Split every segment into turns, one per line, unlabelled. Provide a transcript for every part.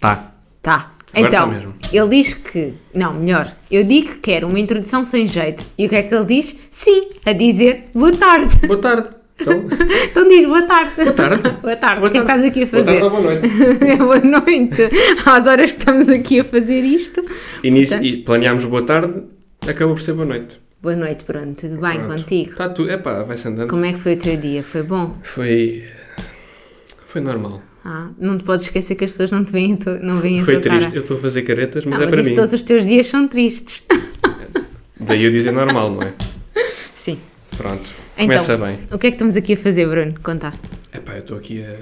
Tá.
Tá.
Agora
então,
tá mesmo.
ele diz que. Não, melhor. Eu digo que quero uma introdução sem jeito. E o que é que ele diz? Sim, a dizer boa tarde.
Boa tarde. Então,
Então diz boa tarde. Boa
tarde.
boa tarde.
Boa
o que é que estás
tarde.
aqui a
Boa tarde
fazer? É
ou boa noite.
boa noite. Às horas que estamos aqui a fazer isto.
início,
Portanto,
e planeámos boa tarde, acabou por ser boa noite.
Boa noite, pronto. Tudo bem
Pronto.
contigo?
Tá tu, epá, vai-se andando.
Como é que foi o teu dia? Foi bom?
Foi. Foi normal.
Ah, não te podes esquecer que as pessoas não te veem a, tua- não veem a
Foi
tua
triste.
cara.
Eu estou a fazer caretas, mas
Ah,
é
mas
para
isso
mim.
todos os teus dias são tristes.
Daí eu dizer normal, não é?
Sim.
Pronto.
Então,
Começa bem.
o que é que estamos aqui a fazer, Bruno? Conta.
Epá, eu estou aqui a.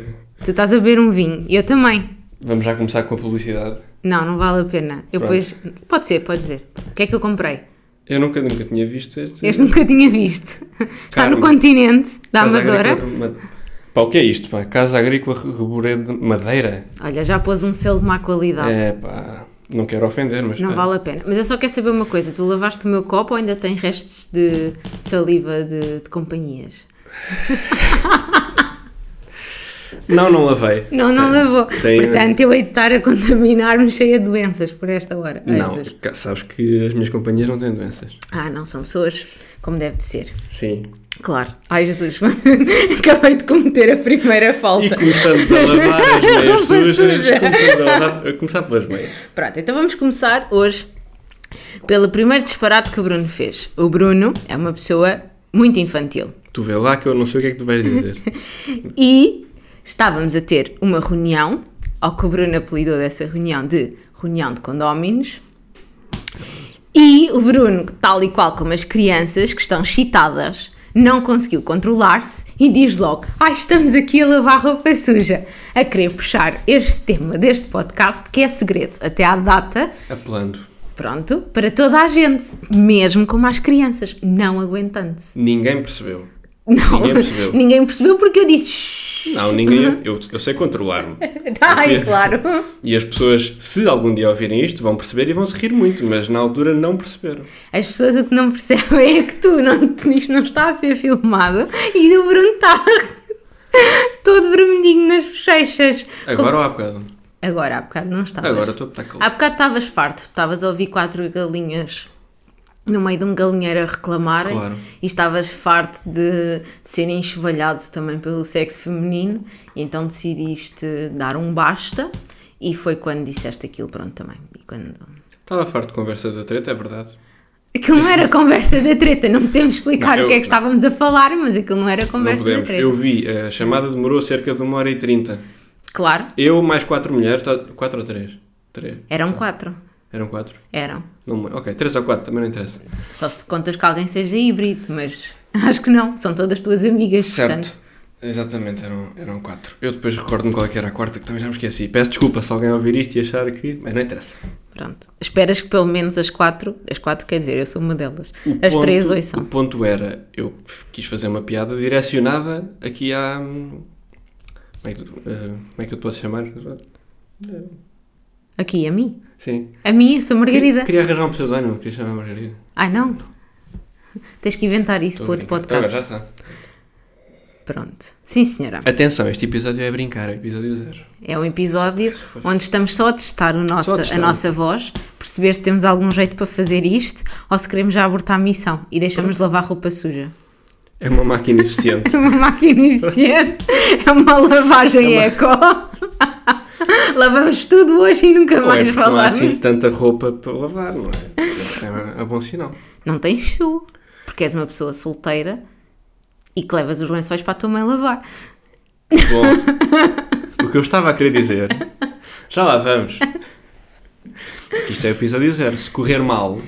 Tu estás a beber um vinho. Eu também.
Vamos já começar com a publicidade.
Não, não vale a pena. Eu
Pronto.
depois. Pode ser, podes dizer. O que é que eu comprei?
Eu nunca, nunca tinha visto este.
Este nunca tinha visto. Está no
Carmo.
continente da
Casa
Amadora.
Agrícola de Ma- Pá, o que é isto, pá? Casa Agrícola Reboredo de Madeira?
Olha, já pôs um selo de má qualidade.
É, pá, não quero ofender, mas...
Não
pá,
vale a pena. Mas eu só quero saber uma coisa: tu lavaste o meu copo ou ainda tem restos de saliva de, de companhias?
Não, não lavei.
Não, não
Tem-
lavou.
tem-
Portanto, eu hei de estar a contaminar-me cheia de doenças por esta hora. Ai,
Não,
Jesus.
cá, sabes que as minhas companhias não têm doenças.
Ah, não, são pessoas como deve de ser.
Sim.
Claro. Ai, Jesus, acabei de cometer a primeira falta.
E começamos a lavar as meias
Roupa
sujas.
suja.
Começamos a, lavar, a começar pelas meias.
Pronto, então vamos começar hoje pelo primeiro disparate que o Bruno fez. O Bruno é uma pessoa muito infantil
Tu vê lá que eu não sei o que é que tu vais dizer.
e estávamos a ter uma reunião, ao que o Bruno apelidou dessa reunião de reunião de condóminos. E o Bruno, tal e qual como as crianças que estão excitadas, não conseguiu controlar-se e diz logo: Ai, estamos aqui a lavar roupa suja, a querer puxar este tema deste podcast que é segredo até à data
Apelando.
Pronto, para toda a gente, mesmo como as crianças, não aguentando-se.
Ninguém percebeu.
Não,
Ninguém percebeu.
ninguém percebeu porque eu disse "Shhh".
Não, ninguém... Eu, eu sei controlar-me.
Ai, claro.
E as pessoas, se algum dia ouvirem isto, vão perceber e vão se rir muito, mas na altura não perceberam.
As pessoas o que não percebem é que tu, não, isto não está a ser filmado e o Bruno está todo vermelhinho nas bochechas.
Agora ou há bocado?
Agora, há bocado não estavas.
Agora estou a botar calor.
Há bocado estavas farto, estavas a ouvir quatro galinhas no meio de um galinheiro a reclamarem
Claro.
e estavas farto de, de ser enxovalhado também pelo sexo feminino e então decidiste dar um basta e foi quando disseste aquilo pronto também. E quando...
Estava farto de conversa da treta, é verdade.
Aquilo não era conversa da treta, não podemos explicar
Não,
o que é
eu-
que estávamos a falar, mas aquilo não era
Não
conversa da
podemos.
treta.
Eu vi, eh, a chamada demorou cerca de uma hora e trinta.
Claro,
Eu mais quatro mulheres, tá- quatro ou três? Três.
eram quatro.
Eram quatro?
Eram.
Não me- ok, três ou quatro, também não interessa.
Só se contas que alguém seja híbrido, mas acho que não, são todas tuas amigas, portanto.
Exatamente, eram, eram quatro. Eu depois recordo-me qual é que era a quarta, que também já me esqueci. Peço desculpa se alguém ouvir isto e achar que... Mas não interessa.
Pronto. Esperas que pelo menos as quatro, as quatro quer dizer, eu sou uma delas.
O
as
ponto-
três ou
O
são.
ponto era, eu quis fazer uma piada direcionada aqui à. hum, Como é que, tu- eh, como é que eu te posso chamar?
Aqui, a mim.
Sim.
A mim, eu sou
Queria,
Margarida.
queria arranjar um pseudónimo, queria chamar Margarida.
Ai não. Tens que inventar isso para outro
Estou a brincar.
podcast.
Agora já está.
Pronto. Sim, senhora.
Atenção, este episódio é brincar, é episódio zero.
É um episódio onde estamos só a testar, o nosso,
Só a testar.
a nossa voz, perceber se temos algum jeito para fazer isto ou se queremos já abortar a missão e deixamos de lavar roupa suja.
É uma máquina eficiente.
É uma máquina eficiente, é uma lavagem eco. Lavamos tudo hoje e nunca
Não é
mais
porque não há
falamos.
assim tanta roupa para lavar, não é? É, é bom sinal.
Não tens tu, porque és uma pessoa solteira e que levas os lençóis para a tua mãe lavar.
Bom, o que eu estava a querer dizer. Já lá vamos. Isto é episódio zero. Se correr mal,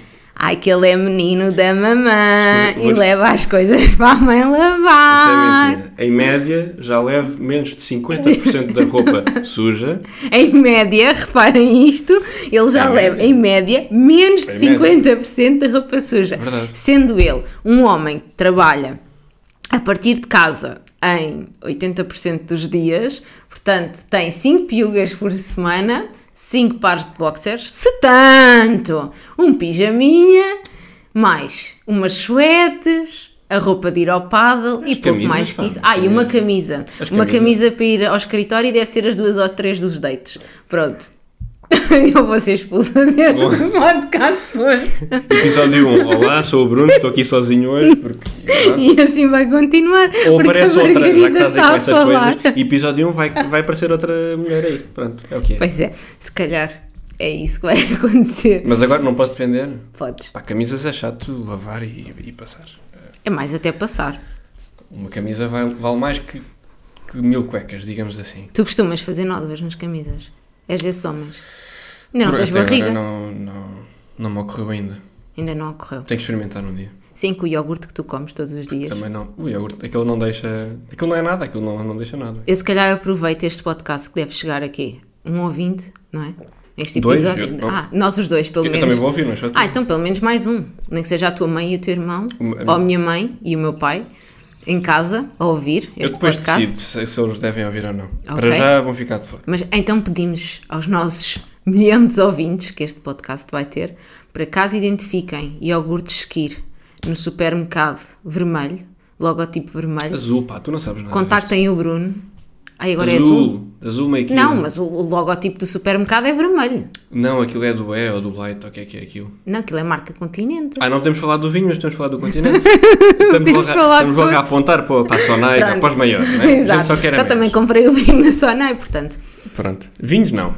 Ai, que ele é menino da mamã
Sim,
e
mas-
leva as coisas para a mãe
Isso é
lavar.
mentira. Em média, já levo menos de 50% da roupa suja.
Em média, reparem isto, ele já
Em
leva,
média.
em média, menos de
Em média.
50% da roupa suja.
Verdade.
Sendo ele um homem que trabalha a partir de casa em 80% dos dias, portanto, tem 5 piugas por semana, 5 pares de boxers, se tanto, um pijaminha, mais umas suetes, a roupa de ir ao paddle e pouco
camisas,
mais que
pá,
isso.
as
Ah, e uma
camisas.
camisa.
As
uma
camisas.
camisa para ir ao escritório e deve ser as duas ou três dos dates. Pronto. Eu vou ser expulsa deste podcast hoje.
Episódio 1. Olá, sou o Bruno, estou aqui sozinho hoje porque.
E assim vai continuar.
Ou
porque
aparece
a
outra, já que
Margarida
estás aí
está
com
a
essas
falar.
coisas. Episódio 1 vai, vai aparecer outra mulher aí. Pronto, é o que é.
Pois é, se calhar é isso que vai acontecer.
Mas agora não posso defender.
Podes.
Pá, camisas é chato lavar e, e passar.
É mais até passar.
Uma camisa vai- vale mais que, que mil cuecas, digamos assim.
Tu costumas fazer nódoas nas camisas? És desses homens? Ainda não
Por
tens
até agora
barriga?
Não, não, não me ocorreu ainda.
Ainda não ocorreu.
Tenho que experimentar um dia.
Sim, com o iogurte que tu comes todos os dias.
Também não. é O iogurte, aquilo não deixa. Aquilo não é nada, aquilo não, não deixa nada.
Eu se calhar aproveito este podcast que deve chegar aqui. Um ouvinte, não é? Este
Dois,
episódio.
eu-
ah, nós os dois, pelo
Eu
menos.
também vou ouvir, mas só tu.
Ah, então pelo menos mais um. Nem que seja a tua mãe e o teu irmão,
Uma-
ou a minha mãe e o meu pai, em casa, a ouvir
Eu
este
depois
podcast.
decido se, se eles devem ouvir ou não. Para já vão ficar de fora.
Mas então pedimos aos nossos milhões de ouvintes que este podcast vai ter, para caso identifiquem iogurte Esquir no supermercado vermelho, logotipo vermelho,
Azul, pá, tu não sabes nada.
contactem o Bruno. Ai, agora é azul.
azul, azul meio que.
Não, mas o o logotipo do supermercado é vermelho.
Não, aquilo é do E ou do Light, ou o que é que é aquilo?
Não, aquilo é marca Continente.
Ah, não podemos falar do vinho, mas temos falar do continente. Estamos
Podemos
logo, a-
falar de
estamos logo a
todos.
apontar para, para a Sonaica,
Pronto.
para os maiores, não é? A gente só quer a
Eu
menos.
Então também comprei o vinho na Sonai, portanto.
Pronto. Vinhos não.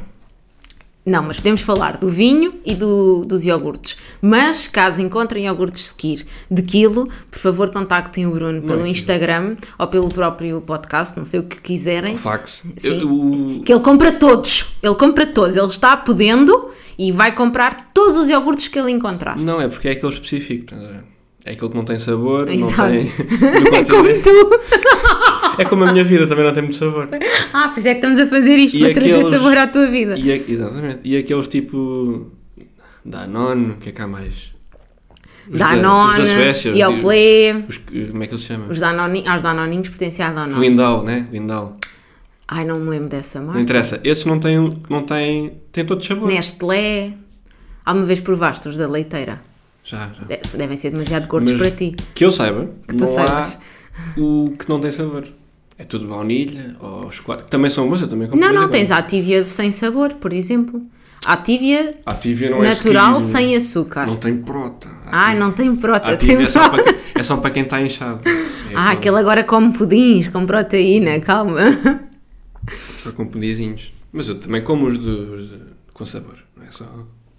Não, mas podemos falar do vinho e do- dos iogurtes. Mas caso encontrem iogurtes Skir de quilo, por favor contactem o Bruno pelo Instagram ou pelo próprio podcast, não sei o que quiserem.
Fax.
Sim.
Eu- o-
Que ele compra todos. Ele compra todos. Ele está podendo e vai comprar todos os iogurtes que ele encontrar.
Não, é porque é aquele específico. estás a ver? É aquele que não tem sabor,
Exato.
não tem. do
É como
continente.
tu.
é como a minha vida também não tem muito sabor.
Ah, pois é que estamos a fazer isto
E
para trazer
aqueles-
sabor à tua vida.
E é- exatamente. E aqueles tipo. Danone, o que é que há mais? Os da- os
Danone,
Suécia, os-
Yoplait,
os que- Como é que eles se chamam?
os Danoni, aos Danoninhos pertencia a Danone.
Lindau, né? Lindau.
Ai, não me lembro dessa
Não
marca.
interessa. Esse não tem. Não tem. Tem todo sabor.
Nestlé. Alguma vez provaste os da leiteira?
Já, já.
De- Devem ser demasiado gordos
Mas
para ti.
Que eu saiba,
tu
não
saibas.
há o que não tem sabor. É tudo baunilha ou chocolate. que Também são bons, eu também compro.
Não,
de
não,
vez em
tens a Activia sem sabor, por exemplo. A Activia,
A Activia não é
natural
esquisito.
sem
quando.
açúcar.
Não tem prota.
Ai, não tem
A
prota,
Activia
tem
é, só para,
prota.
que- é só para quem está inchado. É
Ah,
aquele
aquele agora come pudins com proteína, calma.
Só com pedizinhos. Mas eu também como os, dos com sabor. Não é só.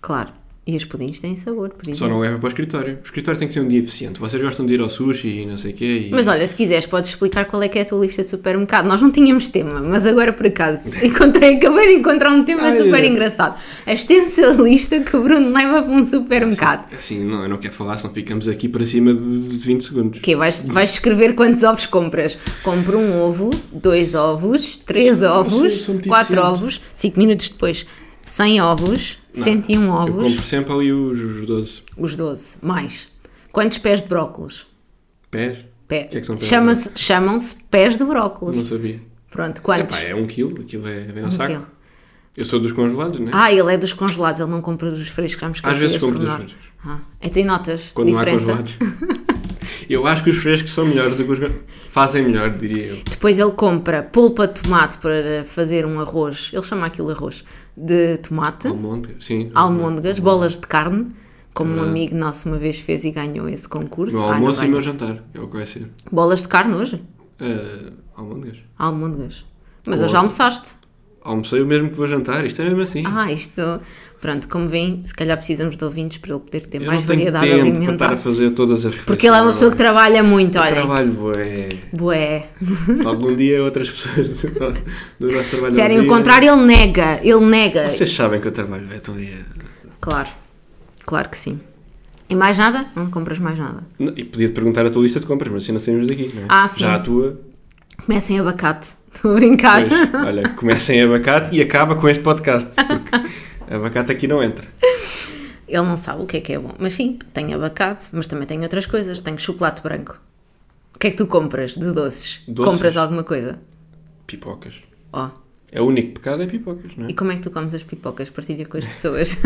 Claro, e os pudins têm sabor, por
Só
exemplo.
não leva para o escritório. O escritório tem que ser um dia eficiente. Vocês gostam de ir ao sushi e não sei o quê. E...
Mas olha, se quiseres, podes explicar qual é que é a tua lista de supermercado. Nós não tínhamos tema, mas agora por acaso encontrei, acabei de encontrar um tema
Ai,
super
ai.
engraçado. A extensa lista que o Bruno leva para um supermercado.
Assim, não, eu não quero falar, senão ficamos aqui para cima de 20 segundos.
Que é, vais, vais escrever quantos ovos compras? Compro um ovo, dois ovos, três
sou- eu
ovos,
sou é muito
quatro
eficiente.
ovos, cinco minutos depois, 100 ovos,
Eu
101 ovos,
compro sempre ali os, os 12
os 12, mais. Quantos pés de brócolos?
pés.
Pé.
O que é que são pés de
Chama-se- Chamam-se pés de brócolos.
Não sabia.
Pronto,
Pá,
quantos?
é um quilo, aquilo é vem ao saco.
quilo.
Eu sou dos congelados, né?
Ah, ele é dos congelados, ele não compra dos frescos, já me esqueci
Às vezes
desse
compro dos
pormenor.
frescos.
Ah, e tem notas?
Quando não
diferença.
há congelados. eu acho que os frescos são melhores do que os congelados. Fazem melhor, diria eu.
Depois ele compra polpa de tomate para fazer um arroz, ele chama aquilo arroz, de tomate,
Almôndegas, Uhum. sim.
almôndegas, bolas de carne, como um amigo nosso uma vez fez e ganhou esse concurso.
Meu
Ah, não
almoço e
ganhou.
meu jantar, é o que vai ser.
Bolas de carne hoje?
Ah, almôndegas.
Almôndegas. Mas
Boa.
hoje almoçaste.
Almocei o mesmo que vou jantar, isto é mesmo assim.
Ah, isto. Pronto, como veem, se calhar precisamos de ouvintes para ele poder ter
eu
mais
não tenho
variedade
tempo para estar a
alimentar.
fazer todas as refeições.
Porque ele é uma pessoa que trabalha muito,
Eu
olhem.
Trabalho, bué.
Bué.
Algum dia outras pessoas do nosso, do nosso trabalho.
Se
um
Disserem o
dia-
contrário, ele nega. Ele nega.
Vocês sabem que eu trabalho, é tão dia.
Claro. Claro que sim. E mais nada? Não compras mais nada.
Não, E podia-te perguntar a tua lista de compras, mas assim não saímos daqui, não é?
Ah, sim.
Já a tua,
Comecem abacate. Estou a brincar.
pois, olha, começa em abacate e acaba com este podcast, porque abacate aqui não entra.
Ele não sabe o que é que é bom. Mas sim, tenho abacate, mas também tenho outras coisas. Tenho chocolate branco. O que é que tu compras de doces?
Doces?
Compras alguma coisa?
Pipocas.
Ó.
É o único pecado, é pipocas, não é?
E como é que tu comes as pipocas? Partilha com as pessoas.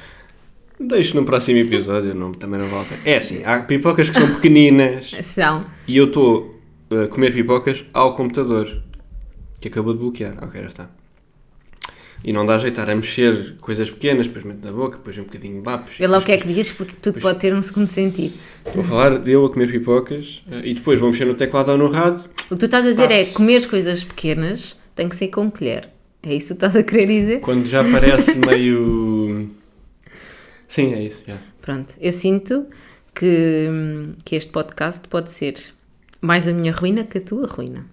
Deixo no próximo episódio, não, também não volta. É assim, há pipocas que são pequeninas
São.
e eu estou a comer pipocas ao computador, que acabou de bloquear. Ok, já está. E não dá jeito estar a mexer coisas pequenas, depois mete na boca, depois um bocadinho de lápis.
Vê lá o que é que dizes, porque tudo pode ter um segundo sentido.
Vou falar de eu a comer pipocas eh, e depois vou mexer no teclado ou no rádio.
O que tu estás a dizer é
Passo.
comer coisas pequenas tem que ser com colher. É isso que tu estás a querer dizer?
Quando já parece meio. Sim, é isso. já.
Pronto, eu sinto que, hum, que este podcast pode ser mais a minha ruína que a tua ruína.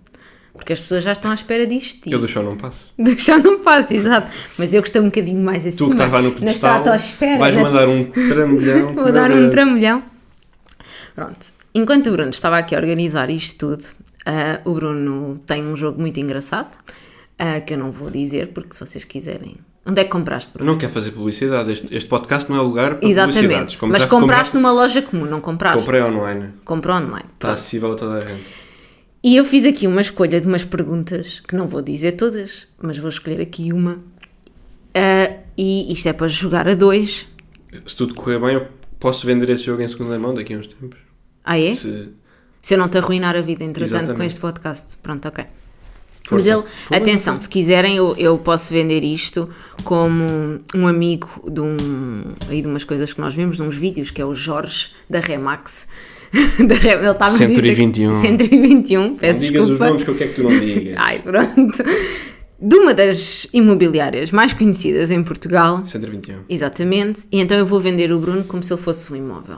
Porque as pessoas já estão à espera disto.
Eu do chão não passo.
Já não passa, exato. Mas eu gostei um bocadinho mais assim.
Tu que estás lá no
na
pedestal,
estratosfera.
vais
na-
mandar um trambolhão.
Vou dar um trambolhão. Pronto. Enquanto o Bruno estava aqui a organizar isto tudo, ah, o Bruno tem um jogo muito engraçado, ah, que eu não vou dizer, porque se vocês quiserem... Onde é que compraste, Bruno?
Não quer fazer publicidade. Este, este podcast não é lugar para publicidades.
Exatamente.
Como
Mas
já recomenda-
compraste numa loja comum, não compraste?
Comprei online.
Comprou online.
Está acessível a toda a gente.
E eu fiz aqui uma escolha de umas perguntas, que não vou dizer todas, mas vou escolher aqui uma. Ah, e isto é para jogar a dois.
Se tudo correr bem, eu posso vender esse jogo em segunda mão daqui a uns tempos.
Ah, é?
Se
Se eu não te arruinar a vida, entretanto, com
Exatamente.
este podcast. Pronto, ok. Mas
Força.
ele,
Foi bem.
atenção, se quiserem, eu, eu posso vender isto como um amigo de, um, aí de umas coisas que nós vimos, de uns vídeos, que é o Jorge da Remax. Da Re- ele estava a dizer que-
121.
121,
não
peço
digas os
desculpa. Ah.
nomes que eu quero que tu não digas.
Ai, pronto. De uma das imobiliárias mais conhecidas em Portugal.
121.
Exatamente. E então eu vou vender o Bruno como se ele fosse um imóvel.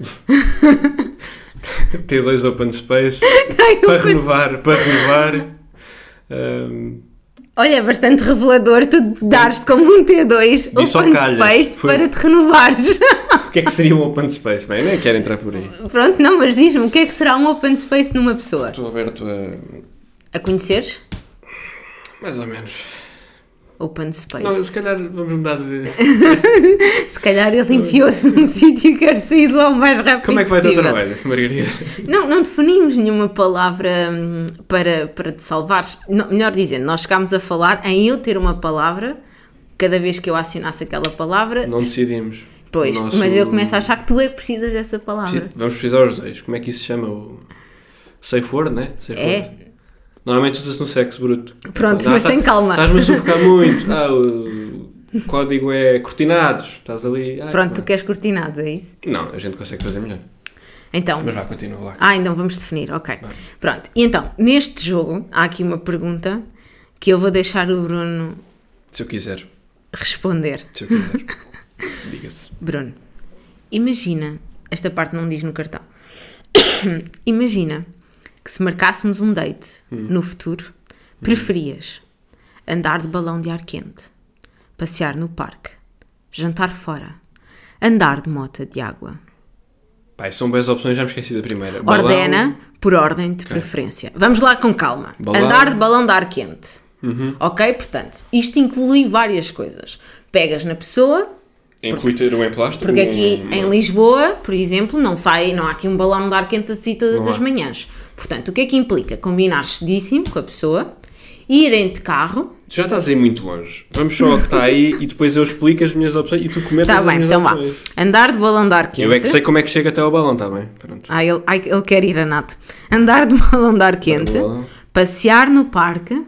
Tem dois open space
Ai,
para renovar, para renovar. hum, Ahm,
Olha, é bastante revelador tu dares-te como um T2
Disse ao
open
calhas.
space
Foi-
para te renovares.
o que é que seria um open space? Bem, nem quero entrar por aí.
Pronto, não, mas diz-me, o que é que será um open space numa pessoa?
Estou aberto a.
A conheceres?
Mais ou menos.
Open
Não,
space.
se calhar vamos mudar de.
Se calhar ele enfiou-se num sítio e quer sair de lá o mais rápido
Como é que vai o teu
possível.
trabalho, Margarida?
Não, não definimos nenhuma palavra hum, para, para te salvares. Não, melhor dizendo, nós chegámos a falar em eu ter uma palavra cada vez que eu acionasse aquela palavra.
Não decidimos.
Pois,
O nosso-
mas eu começo a achar que tu é que precisas dessa palavra.
Preci- Vamos precisar os dois. Como é que isso se chama? O... Safe word, né? Safe
É.
word. Normalmente usa-se no sexo bruto.
Pronto, mas tem calma.
Estás-me a sufocar muito. Ah, o... o código é cortinados. Estás ali. Ai,
Pronto, tu
pá.
queres cortinados, é isso?
Não, a gente consegue fazer melhor.
Então,
Mas vá, continua lá.
Ah, então vamos definir, ok. Pronto, e então, neste jogo, há aqui uma pergunta que eu vou deixar o Bruno
Se eu quiser.
responder.
Se eu quiser. Diga-se.
Bruno, imagina, esta parte não diz no cartão, imagina que se marcássemos um date
Hum.
no futuro, preferias andar de balão de ar quente, passear no parque, jantar fora, andar de mota de água.
Pai, são boas opções, já me esqueci da primeira. Balão,
Ordena por ordem de preferência. Vamos lá com calma.
Balão. Uhum.
Andar de balão de ar quente. Ok? Portanto, isto inclui várias coisas. Pegas na pessoa,
Inclui ter um em plástico.
porque
um-
aqui em Lisboa, por exemplo, não sai, não há aqui um balão de ar quente assim todas
Não
as
há.
manhãs. Portanto, o que é que implica? Combinar cedíssimo com a pessoa, irem de carro.
Tu já estás aí muito longe. Vamos só ao que está aí e depois eu explico as minhas opções e tu comentas
Está
as
bem,
minhas
então vá.
opções.
Andar de balão de ar quente.
Eu é que sei como é que chega até ao balão, está bem? Pronto.
Ah, ele, ai, ele quer ir a nato. Andar de balão de ar quente,
balão.
passear no parque,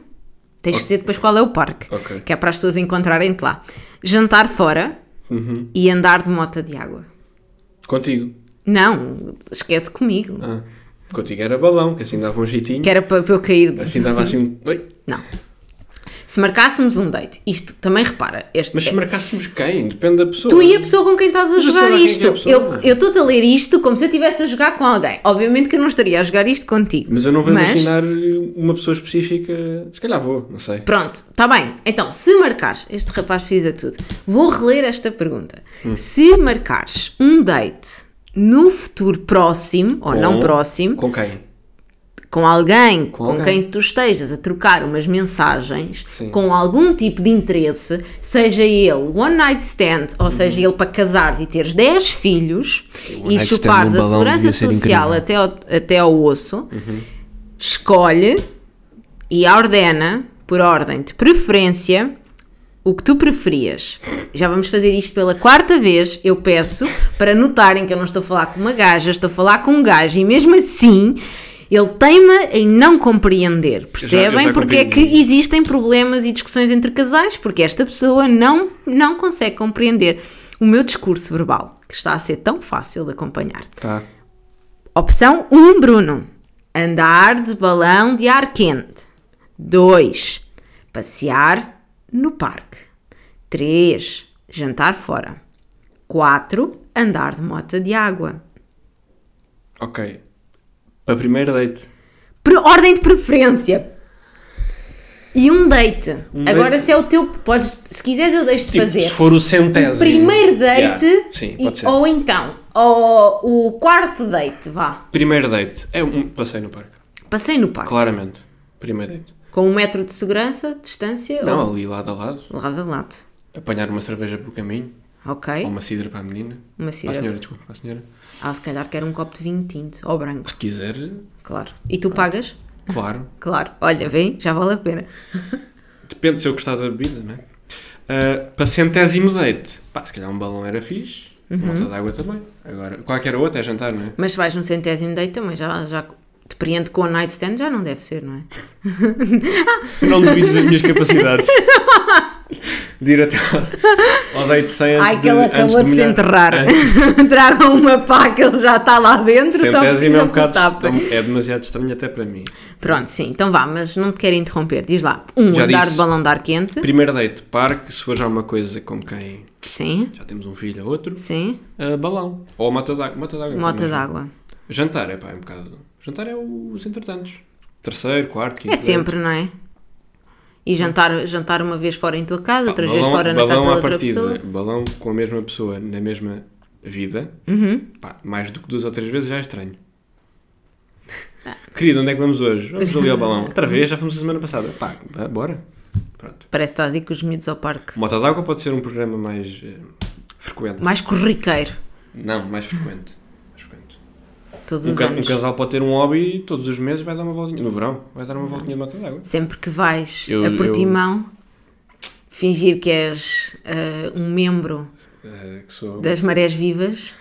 tens de dizer depois qual é o parque,
Ok.
que é para as pessoas encontrarem-te lá. Jantar fora
Uhum.
e andar de mota de água. Ah.
Contigo.
Não, esquece comigo.
Ah, contigo era balão, que assim dava um jeitinho.
Que era para, para eu cair. de-
Assim dava assim. Oi.
Não. Se marcássemos um date, isto também repara, este
Mas
é-
se marcássemos quem? Depende da pessoa.
Tu e a pessoa com quem estás
Mas
a
eu sei
jogar
lá quem é
isto.
a pessoa.
eu eu estou-te a ler isto como se eu estivesse a jogar com alguém. Obviamente que eu não estaria a jogar isto contigo.
Mas eu não vou imaginar uma pessoa específica. Se calhar vou, não sei.
Pronto, está bem. Então, se marcares, este rapaz precisa de tudo. Vou reler esta pergunta.
Hum.
Se marcares um date no futuro próximo, ou não
Com-
próximo,
Com quem?
com alguém com,
alguém.
quem tu estejas a trocar umas mensagens
Sim.
com algum tipo de interesse, seja ele one night stand ou seja ele para casares e teres 10 filhos
Uhum. one
e
night stand
chupares
num
a
balão
segurança
devia ser
social
incrível. Uhum.
até ao, até ao osso, escolhe e ordena por ordem de preferência o que tu preferias. Já vamos fazer isto pela quarta vez. Eu peço para notarem que eu não estou a falar com uma gaja, estou a falar com um gajo e mesmo assim Ele teima em não compreender,
eu
percebem?
já
Porque é que
compreendi.
existem problemas e discussões entre casais, porque esta pessoa não, não consegue compreender o meu discurso verbal, que está a ser tão fácil de acompanhar.
Tá.
Opção 1, Bruno. Andar de balão de ar quente. 2. Passear no parque. 3. Jantar fora. 4. Andar de mota de água.
Ok. Para primeiro date.
Por ordem de preferência. E um date. Agora,
date.
se é o teu. Podes, se quiseres, eu deixo de
Tipo,
fazer. Um
se for o centésimo.
Primeiro date.
Yeah. Sim, pode
e-
ser.
ou então. Ou o quarto date, vá.
Primeiro date. É um passei no parque.
Passei no parque.
Claramente. Primeiro date.
Com um metro de segurança, distância. ou-
Não, ali lado a lado.
Lado a lado.
Apanhar uma cerveja pelo caminho. Ou
Ok.
uma cidra para a menina.
Uma
Para a
cidra.
senhora, desculpa. Para a senhora.
Ah, se calhar quer um copo de vinho tinto. Ou branco,
Se quiser,
claro. E tu pagas?
claro.
Claro. Olha, vem, já vale a pena.
Depende se eu gostar da bebida, não é? Ah, para centésimo date. Pá, se calhar um balão era fixe. Uma
Uhum.
outra de água também. Agora, qualquer outra é jantar, não é?
Mas se vais num centésimo date também, já, já te prende com o nightstand, já não deve ser, não é?
Não duvides das minhas capacidades. De ir até ao- ao date sem antes
Ai, que ele
de, antes
acabou de, se
molhar. É.
enterrar.
Antes-
Tragam uma pá que ele já está lá dentro, só
Centésimo
precisa
é
de
um
um
bocado.
tapa.
É demasiado estranho até para mim.
Pronto, sim, então vá, mas não te quero interromper. Diz lá, um,
Já
andar
disse.
de balão de ar quente.
Primeiro date, parque. Se for já uma coisa com quem
Sim,
já temos um filho ou outro,
sim.
ah, balão. Ou mota d'água. Mota d'água.
Mota
também.
d'água.
é? Jantar, é pá, é um bocado. Jantar é os entretantos. Terceiro, quarto, quinto.
É sempre, não é? E jantar, jantar uma vez fora em tua casa, outras vezes fora na
balão
casa de
à
outra
partida, né?
pessoa.
Balão com a mesma pessoa na mesma vida,
Uhum.
pá, mais do que duas ou três vezes já é estranho.
Ah.
Querido, onde é que vamos hoje? Vamos ali ao balão. Outra vez, já fomos a semana passada. Pá, vá, bora. Pronto.
Parece que estás aí com os miúdos ao parque.
Mota d'água pode ser um programa mais eh, frequente.
Mais corriqueiro,
Não, mais frequente. Mais frequente.
todos
Um,
os
ca- um
anos.
casal pode ter um hobby e todos os meses vai dar uma voltinha. No verão, vai dar uma voltinha de mota d'água.
Sempre que vais
Eu-
a Portimão, fingir que és ah, um membro
Eh, que sou-
das marés vivas,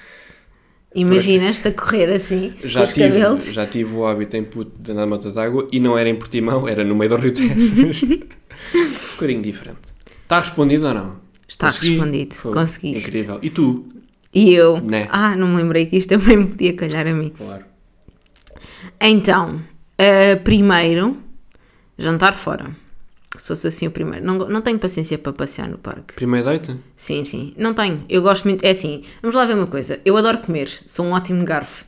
imaginas-te a correr assim,
Já
com os
tive,
cabelos.
já tive o hábito em puto de andar na mata d'água e não era em Portimão, era no meio do Rio Tejo. um bocadinho diferente. Está respondido ou não?
Está respondido,
Foi
conseguiste.
Incrível. E tu?
E eu,
Né.
ah, não me lembrei que isto também me podia calhar a mim.
Claro.
Então, ah, primeiro, jantar fora. Se fosse assim o primeiro. Não, não tenho paciência para passear no parque.
Primeiro date?
Sim, sim. Não tenho. Eu gosto muito. É assim, vamos lá ver uma coisa. Eu adoro comer. Sou um ótimo garfo.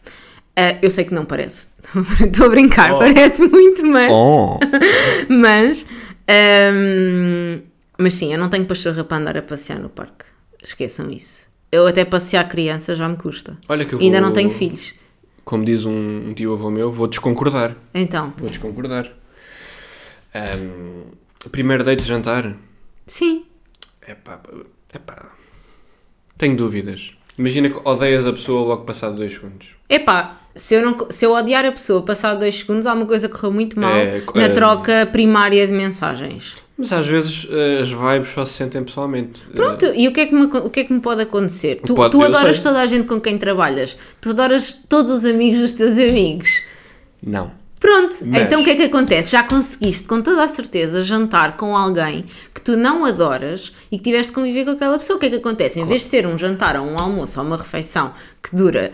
Ah, eu sei que não parece. Estou a brincar. Parece muito, mas.
Oh!
Mas. ahm, mas sim, eu não tenho pachorra para andar a passear no parque. Esqueçam isso. Eu até passear criança já me custa.
Olha que eu
Ainda não
vou-
tenho filhos.
Como diz um, um tio avô meu, vou desconcordar.
Então,
Vou desconcordar. Ahm, primeiro date de jantar?
sim.
Epá, epá. Tenho dúvidas. Imagina que odeias a pessoa logo passado dois segundos.
Epá, se eu, não, co- se eu odiar a pessoa passado dois segundos, alguma coisa correu muito mal
É, co-
na
é.
troca primária de mensagens.
Mas às vezes eh, as vibes só se sentem pessoalmente. Eh,
Pronto, e o que é que me, aco- o que é que me pode acontecer? Tu,
Pode-
tu
eu
adoras
sei.
toda a gente com quem trabalhas, tu adoras todos os amigos dos teus amigos.
Não.
Pronto,
Mas-
então o que é que acontece? Já conseguiste com toda a certeza jantar com alguém que tu não adoras e que tiveste de conviver com aquela pessoa. O que é que acontece? Em vez de ser um jantar ou um almoço ou uma refeição que dura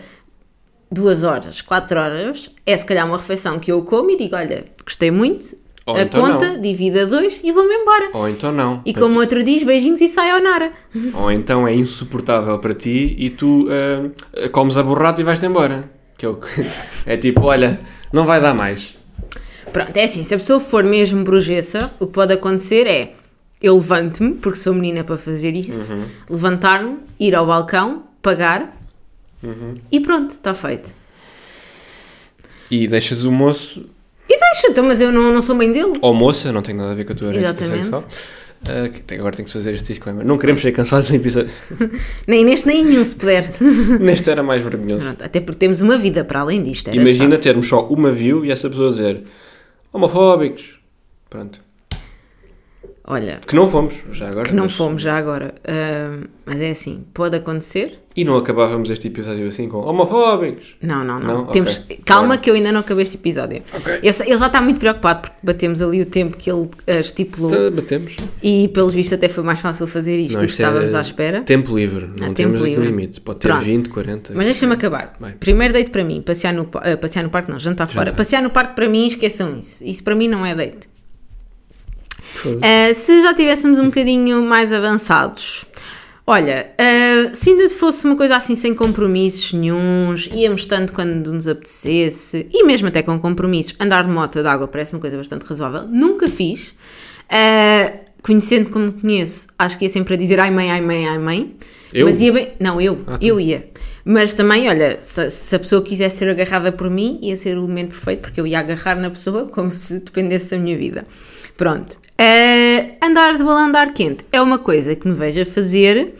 duas horas, quatro horas, é se calhar uma refeição que eu como e digo: olha, gostei muito,
Ou
a
então
conta,
não.
divida dois e vou-me embora.
Ou então não.
E como o outro diz, beijinhos e sayonara.
Ou então é insuportável para ti e tu ah, comes a borrata e vais-te embora. Que é, o que- é tipo, olha, não vai dar mais.
Pronto, é assim, se a pessoa for mesmo brujessa, o que pode acontecer é eu levanto-me, porque sou menina para fazer isso,
Uhum.
levantar-me, ir ao balcão, pagar
Uhum.
e pronto, está feito.
E deixas o moço,
E deixa, então, mas eu não, não sou mãe dele.
ou moça, não tem nada a ver com a tua orientação
Exatamente.
sexual. Ah, que tem- agora tenho que fazer este disclaimer. Não queremos ser cancelados no episódio.
Nem neste, nem em nenhum, se puder.
Neste era mais vergonhoso.
Pronto, até porque temos uma vida para além disto. Era
Imagina
Ah, é chato.
termos só uma view e essa pessoa dizer homofóbicos. Pronto.
Olha,
Que não fomos, já agora.
que não
mas-
fomos já agora. Ah, mas é assim, pode acontecer.
E não acabávamos este episódio assim com homofóbicos.
Não, não, não.
Não?
Temos...
Ok.
Calma
Bora.
que eu ainda não acabei este episódio. Eu sei- ele já está muito preocupado porque batemos ali o tempo que ele ah, estipulou
Tá, Batemos.
e, pelos vistos, até foi mais fácil fazer isto do é que
é
estávamos à espera. É
Tempo livre, não
tempo
temos aqui
livre.
limite. Pode ter
Pronto.
20, 40.
Mas deixa-me acabar.
Bem.
Primeiro date para mim, passear no, pa- ah, passear no parque, não, jantar fora. Passear no parque para mim, esqueçam isso. Isso para mim não é date.
Foda-se.
Ah, se já tivéssemos um bocadinho mais avançados. Olha, ah, se ainda fosse uma coisa assim sem compromissos nenhuns, íamos tanto quando nos apetecesse, e mesmo até com compromissos, andar de moto de água parece uma coisa bastante razoável. Nunca fiz. Ah, conhecendo como conheço, acho que ia sempre a dizer ai mãe, ai mãe, ai mãe.
Eu?
Mas ia bem. Não, eu, eu ia. Mas também, olha, se, se a pessoa quisesse ser agarrada por mim, ia ser o momento perfeito, porque eu ia agarrar na pessoa como se dependesse da minha vida. Pronto. Eh, andar de balão de ar quente é uma coisa que me vejo a fazer,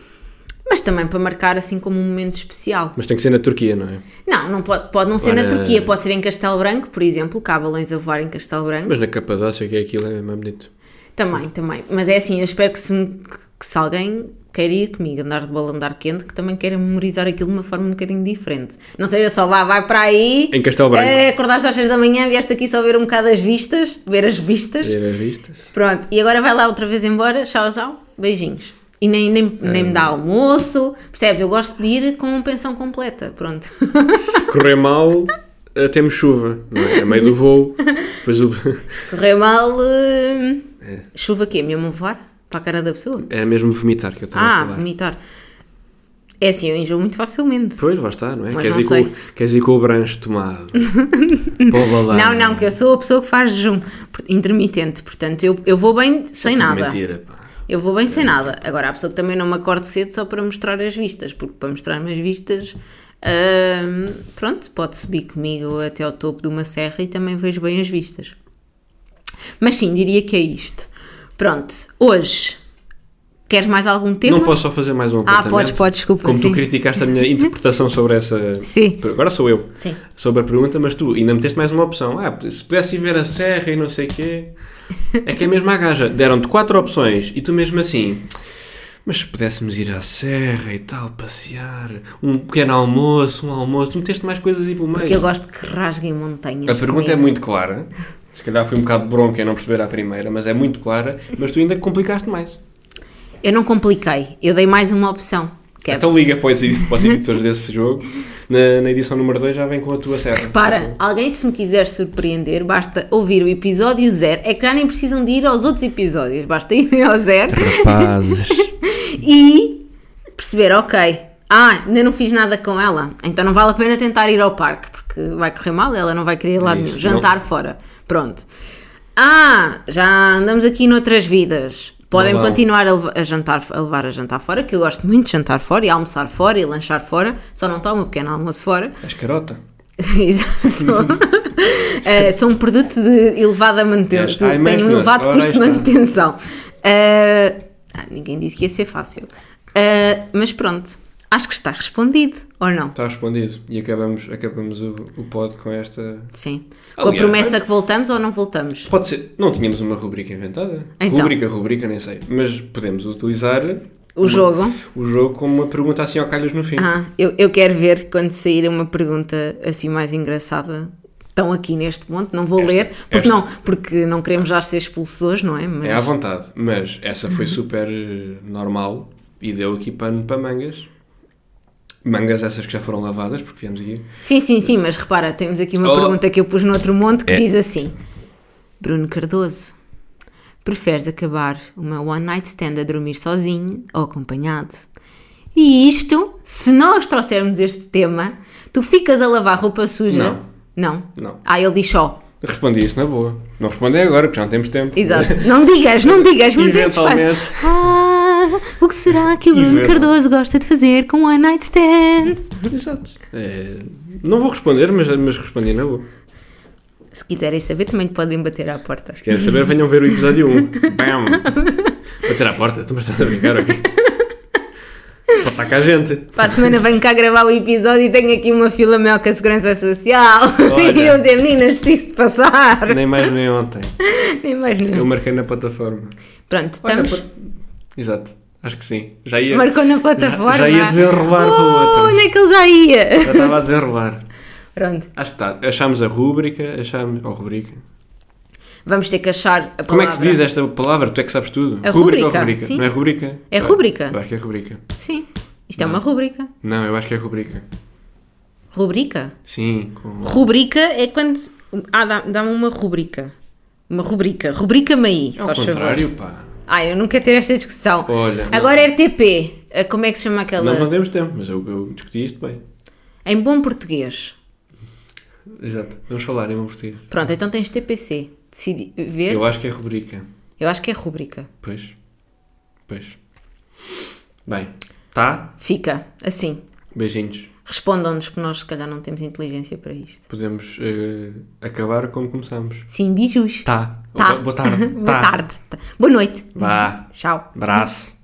mas também para marcar assim como um momento especial.
Mas tem que ser na Turquia, não é?
Não, não pode, pode não ser na
Ora-
Turquia, pode ser em Castelo Branco, por exemplo, que há balões a voar em Castelo Branco.
Mas na Capadócia, que é aquilo, é mais bonito.
Também, também. Mas é assim, eu espero que se, me- que se alguém queira ir comigo andar de balão de ar quente, que também queira memorizar aquilo de uma forma um bocadinho diferente. Não seja só vá, vai para aí.
Em Castelo Branco.
eh, acordaste às 6 da manhã, vieste aqui só ver um bocado as vistas, ver as vistas.
Ver as vistas.
Pronto, e agora vai lá outra vez embora. Tchau, tchau. Beijinhos. E nem, nem, nem me dá almoço, percebes? Eu gosto de ir com pensão completa, pronto.
Se correr mal, eh, temos chuva, não é? A meio do voo. Depois o...
Se correr mal, eh,
É.
chuva aqui, mesmo voar para a cara da pessoa.
Era mesmo vomitar que eu estava
Ah,
a falar.
vomitar. É assim, eu enjoo muito facilmente.
Pois, lá está, não é?
Mas
Queres,
não
ir com, o- queres ir com o brancho tomado. Para o balão.
Não, não, que eu sou a pessoa que faz jejum por- intermitente, portanto eu, eu vou bem sem
Tudo
nada.
Mentira, pá.
Eu vou bem sem nada. Agora há pessoa que também não me acorde cedo só para mostrar as vistas, porque para mostrar-me as vistas, hum, pronto, pode subir comigo até ao topo de uma serra e também vejo bem as vistas. Mas sim, diria que é isto. Pronto, hoje queres mais algum tema?
Não posso só fazer mais um apontamento?
Ah, podes, podes, desculpa,
Como
sim.
tu criticaste a minha interpretação sobre essa...
Sim.
Agora sou eu.
Sim.
Sobre a pergunta, mas tu ainda meteste mais uma opção. Ah, se pudesse ir ver a serra e não sei o quê... É que é mesmo a gaja. Deram-te quatro opções e tu mesmo assim... Mas se pudéssemos ir à serra e tal, passear, um pequeno almoço, um almoço, tu meteste mais coisas aí pelo meio.
Porque eu gosto que rasguem montanhas.
A pergunta é
comigo.
muito clara. Se calhar fui um bocado bronca em não perceber à primeira, mas é muito clara. Mas tu ainda complicaste mais.
Eu não compliquei, eu dei mais uma opção. Que é
Então liga para os, edi- para os editores desse jogo. Na, na edição número 2 já vem com a tua serra.
Repara, alguém se me quiser surpreender, basta ouvir o episódio zero. É que já nem precisam de ir aos outros episódios, basta ir ao zero
Rapazes.
e perceber, ok, ah, ainda não fiz nada com ela, então não vale a pena tentar ir ao parque, porque vai correr mal, ela não vai querer ir lá
É
nenhum.
isso,
Jantar fora, pronto. Ah, já andamos aqui noutras vidas. Podem
Balão.
continuar a, leva- a jantar, a levar a jantar fora, que eu gosto muito de jantar fora e almoçar fora e lanchar fora, só não tomo um pequeno almoço fora.
És carota.
Exato. sou, Eh, sou um produto de elevada manutenção.
Yes, I
Tenho um
maintenance.
elevado
Ora,
custo de
aí está.
manutenção. Eh, ah, ninguém disse que ia ser fácil. Eh, mas pronto, acho que está respondido, ou não?
Está respondido. E acabamos, acabamos o, o pod com esta.
Sim. Com a
Aliás,
promessa que voltamos ou não voltamos?
Pode ser. Não tínhamos uma rubrica inventada.
Então.
Rubrica, rubrica, nem sei. Mas podemos utilizar
O jogo.
o jogo como uma pergunta assim ao calhas no fim.
Ah, eu, eu quero ver quando sair uma pergunta assim mais engraçada. Estão aqui neste ponto, não vou ler, porque
esta.
não, porque não queremos já ser expulsos hoje, não é? Mas- Uhum.
É à vontade, mas essa foi super eh, normal e deu aqui pano para mangas. Mangas essas que já foram lavadas, porque viemos aqui.
Sim, sim, sim, mas repara, temos aqui uma
Oh. É.
pergunta que eu pus no outro monte que diz assim: Bruno Cardoso, preferes acabar uma one night stand a dormir sozinho ou acompanhado? E isto, se nós trouxermos este tema, tu ficas a lavar roupa suja? Não.
Não.
Ah, ele diz só.
Respondi isso na boa. Não respondi agora, porque já não temos tempo.
Exato. Não digas, não digas, mas tens
Eventualmente.
espaço. Ah, o que será que o Bruno
Eventual.
Cardoso gosta de fazer com one night stand?
Exato. É, não vou responder, mas, mas respondi na boa.
Se quiserem saber, também podem bater à porta.
Se querem saber, venham ver o um. episódio 1. Bam! Bater à porta, tu me estás a brincar aqui. Só está cá a gente.
Para a semana venho cá gravar o episódio e tenho aqui uma fila maior que a Segurança Social.
Olha.
E eu dizer, meninas, preciso de passar.
Nem mais nem ontem.
Nem mais
Eu
nenhum.
marquei na plataforma.
Pronto,
Olha,
estamos.
pô- Exato. Acho que sim. Já ia.
Marcou na
já,
plataforma.
já ia desenrolar para o
Oh,
outro.
Onde é que ele já ia?
Já estava a desenrolar.
Pronto,
Acho que está. Achámos a rúbrica, achámos. Ou rubrica.
vamos ter que achar a palavra.
Como é que se diz esta palavra? Tu é que sabes tudo.
A
ou
rúbrica,
rubrica?
sim.
Não é rubrica?
É
Eu-
rúbrica.
Eu acho que é rubrica.
Sim, isto é uma rubrica.
Não, eu acho que é rubrica.
Rubrica?
Sim, com.
Rubrica é quando. Ah, dá- dá-me uma rubrica. Uma rubrica. Rubrica-me aí,
É
só
o
favor.
contrário, pá.
Ai, eu não quero ter esta discussão.
Olha, não.
Agora é RTP. eh, Como é que se chama aquela?
Nós não temos tempo, mas eu, eu discuti isto bem.
Em bom português.
Exato. Vamos falar em um português.
Pronto, então tens TPC. Decidi ver. Eu,
Eu acho que é rubrica.
acho que é rubrica.
Pois. Pois. Bem. Tá?
Fica assim.
Beijinhos.
Respondam-nos, porque nós se calhar não temos inteligência para isto.
Podemos eh, acabar como começamos.
Sim, bijus.
Tá.
Tá.
Boa tarde.
Boa tarde. Tá. Boa noite.
Vá.
Tchau.
Abraço.